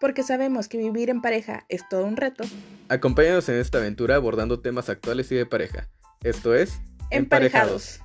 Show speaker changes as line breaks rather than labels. porque sabemos que vivir en pareja es todo un reto.
Acompáñanos en esta aventura abordando temas actuales y de pareja. Esto es
Emparejados.